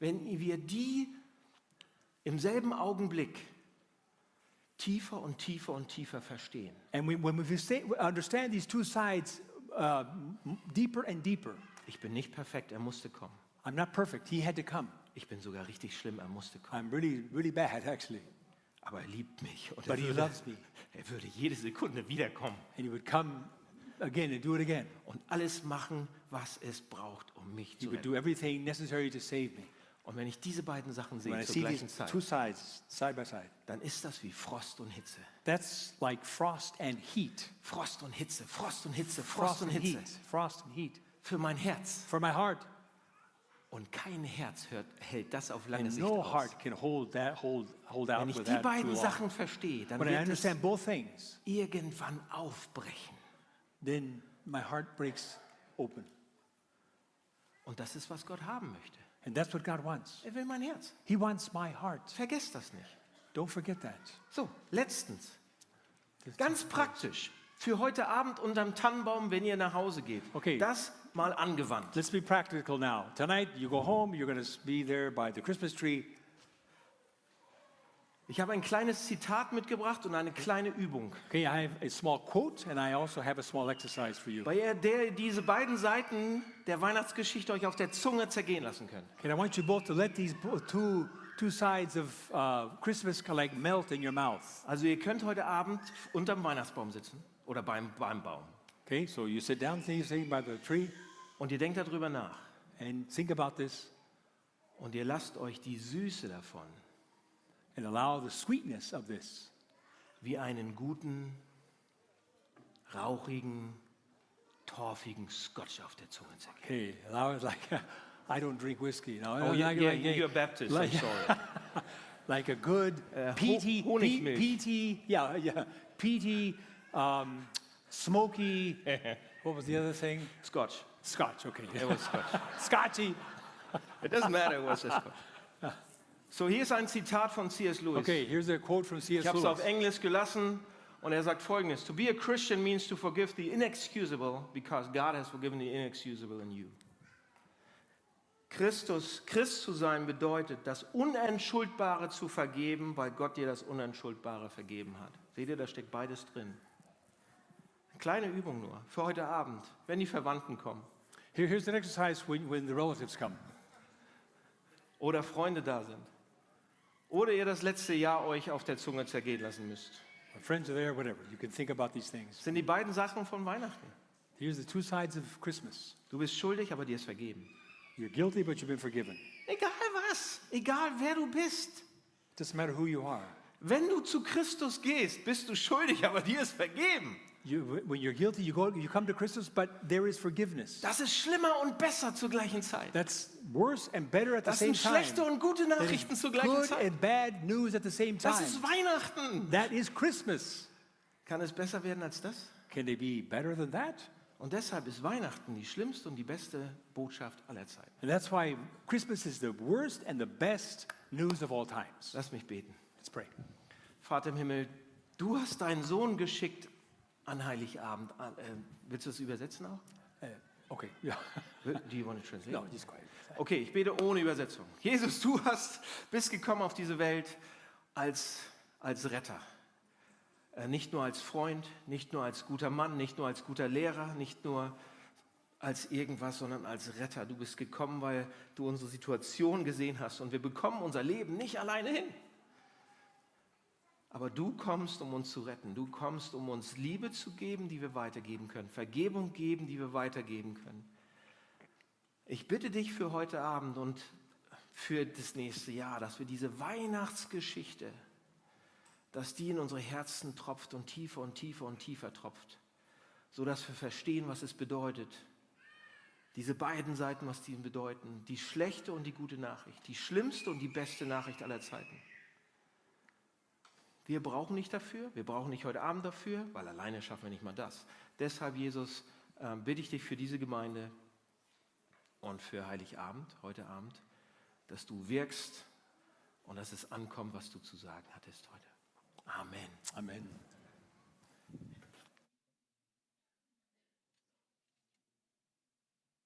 Speaker 5: wenn wir die im selben Augenblick tiefer und tiefer und tiefer verstehen,
Speaker 7: And we, when we say, understand these two sides uh, m- deeper and deeper,
Speaker 5: ich bin nicht perfekt, er musste kommen.
Speaker 7: I'm not perfect. He had to come.
Speaker 5: Ich bin sogar richtig schlimm, er musste kommen.
Speaker 7: I'm really, really bad, actually.
Speaker 5: Aber er liebt mich und er
Speaker 7: But he
Speaker 5: würde,
Speaker 7: loves me.
Speaker 5: er würde jede Sekunde wiederkommen.
Speaker 7: And he would come again and do it again.
Speaker 5: und alles machen, was es braucht, um mich
Speaker 7: He
Speaker 5: zu
Speaker 7: would
Speaker 5: retten.
Speaker 7: do everything necessary to save me.
Speaker 5: Und wenn ich diese beiden
Speaker 7: When
Speaker 5: Sachen sehe
Speaker 7: I
Speaker 5: zur
Speaker 7: see these
Speaker 5: gleichen Zeit,
Speaker 7: two sides side by side,
Speaker 5: dann ist das wie Frost und Hitze.
Speaker 7: that's like frost and heat.
Speaker 5: Frost und Hitze, Frost und Hitze, Frost und Hitze.
Speaker 7: heat. Frost and heat.
Speaker 5: Für mein Herz.
Speaker 7: For my heart,
Speaker 5: Und kein Herz hört, hält das auf lange
Speaker 7: and
Speaker 5: Sicht
Speaker 7: no
Speaker 5: aus.
Speaker 7: heart can hold that hold hold out
Speaker 5: wenn ich
Speaker 7: with
Speaker 5: die
Speaker 7: that too
Speaker 5: beiden
Speaker 7: long.
Speaker 5: Sachen verstehe, dann
Speaker 7: When I
Speaker 5: wird es
Speaker 7: understand both things,
Speaker 5: irgendwann aufbrechen.
Speaker 7: then my heart breaks open.
Speaker 5: Und das ist, was Gott haben möchte.
Speaker 7: And that's what God wants.
Speaker 5: Er will mein Herz.
Speaker 7: He wants my heart.
Speaker 5: Vergesst das nicht.
Speaker 7: Don't forget that.
Speaker 5: So, letztens. Ganz praktisch. Für heute Abend unterm Tannenbaum, wenn ihr nach Hause geht.
Speaker 7: Okay.
Speaker 5: Das mal angewandt.
Speaker 7: Let's be practical now. Tonight, you go home, you're going to be there by the Christmas tree.
Speaker 5: Ich habe ein kleines Zitat mitgebracht und eine kleine Übung.
Speaker 7: Okay, I have a small quote and I also have a small exercise for you.
Speaker 5: Bei der- der ihr diese beiden Seiten der Weihnachtsgeschichte euch auf der Zunge zergehen lassen könnt.
Speaker 7: Okay, I want you both to let these bo- two, two sides of uh, Christmas like melt in your mouth.
Speaker 5: Also ihr könnt heute Abend unterm Weihnachtsbaum sitzen oder beim, beim Baum
Speaker 7: Okay, so you sit down, you sit by the tree,
Speaker 5: und ihr denkt darüber nach
Speaker 7: and think about this
Speaker 5: und ihr lasst euch die Süße davon
Speaker 7: and allow the sweetness of this
Speaker 5: wie einen guten, rauchigen, torfigen Scotch auf der Zunge
Speaker 7: Hey,
Speaker 5: zergehen.
Speaker 7: I was like, I don't drink whiskey. You know?
Speaker 5: Oh,
Speaker 7: like,
Speaker 5: yeah, yeah,
Speaker 7: like a-
Speaker 5: you're Baptist, I'm
Speaker 7: like,
Speaker 5: sorry.
Speaker 7: like a good
Speaker 5: Uh,
Speaker 7: peaty,
Speaker 5: ho-
Speaker 7: pe-
Speaker 5: Honigmilch.
Speaker 7: peaty, yeah, yeah, peaty, um, smoky. what was the other thing?
Speaker 5: Scotch.
Speaker 7: Scotch. Okay,
Speaker 5: It was Scotch.
Speaker 7: Scotchy.
Speaker 5: It doesn't matter, it was a Scotch. So, hier ist ein Zitat von C.S. Lewis.
Speaker 7: Okay, here's a quote from C.S.
Speaker 5: Ich habe es auf
Speaker 7: Lewis.
Speaker 5: Englisch gelassen und er sagt folgendes: To be a Christian means to forgive the inexcusable because God has forgiven the inexcusable in you. Christus, Christ zu sein bedeutet, das Unentschuldbare zu vergeben, weil Gott dir das Unentschuldbare vergeben hat. Seht ihr, da steckt beides drin. Kleine Übung nur für heute Abend, wenn die Verwandten kommen
Speaker 7: Here, here's an exercise when, when the relatives come,
Speaker 5: oder Freunde da sind oder ihr das letzte Jahr euch auf der Zunge zergehen lassen müsst.
Speaker 7: when friends are there, whatever. You can think about these
Speaker 5: Das
Speaker 7: things.
Speaker 5: sind die beiden Sachen von Weihnachten.
Speaker 7: Here's the two sides of Christmas.
Speaker 5: Du bist schuldig, aber dir ist vergeben.
Speaker 7: You're guilty, but you've been forgiven.
Speaker 5: Egal was, egal wer du bist.
Speaker 7: Doesn't matter who you are.
Speaker 5: Wenn du zu Christus gehst, bist du schuldig, aber dir ist vergeben.
Speaker 7: You, when you're guilty, you go. You come to Christmas, but there is forgiveness.
Speaker 5: Das ist schlimmer und besser zur gleichen Zeit.
Speaker 7: That's worse and better at the
Speaker 5: Das
Speaker 7: same
Speaker 5: sind
Speaker 7: time.
Speaker 5: schlechte und gute
Speaker 7: That
Speaker 5: Nachrichten
Speaker 7: is
Speaker 5: zur gleichen
Speaker 7: good
Speaker 5: Zeit.
Speaker 7: and bad news at the same
Speaker 5: Das
Speaker 7: time.
Speaker 5: ist Weihnachten.
Speaker 7: That is Christmas.
Speaker 5: Kann es besser werden als das?
Speaker 7: Can they be better than that?
Speaker 5: Und deshalb ist Weihnachten die schlimmste und die beste Botschaft aller Zeiten.
Speaker 7: And that's why Christmas is the worst and the best news of all times.
Speaker 5: Lass mich beten.
Speaker 7: Let's pray.
Speaker 5: Vater im Himmel, du hast deinen Sohn geschickt an Heiligabend. Ah, äh, willst du es übersetzen auch?
Speaker 7: Uh, okay. Yeah.
Speaker 5: Do you want to translate?
Speaker 7: no, just quiet.
Speaker 5: Okay, ich bete ohne Übersetzung. Jesus, du hast, bist gekommen auf diese Welt als, als Retter. Äh, Nicht nur als Freund, nicht nur als guter Mann, nicht nur als guter Lehrer, nicht nur als irgendwas, sondern als Retter. Du bist gekommen, weil du unsere Situation gesehen hast und wir bekommen unser Leben nicht alleine hin. Aber du kommst, um uns zu retten. Du kommst, um uns Liebe zu geben, die wir weitergeben können, Vergebung geben, die wir weitergeben können. Ich bitte dich für heute Abend und für das nächste Jahr, dass wir diese Weihnachtsgeschichte, dass die in unsere Herzen tropft und tiefer und tiefer und tiefer tropft, sodass wir verstehen, was es bedeutet. Diese beiden Seiten, was die bedeuten, die schlechte und die gute Nachricht, die schlimmste und die beste Nachricht aller Zeiten. Wir brauchen nicht dafür, wir brauchen nicht heute Abend dafür, weil alleine schaffen wir nicht mal das. Deshalb, Jesus, äh, bitte ich dich für diese Gemeinde, und für Heiligabend, heute Abend, dass du wirkst und dass es ankommt, was du zu sagen hattest heute. Amen.
Speaker 7: Amen.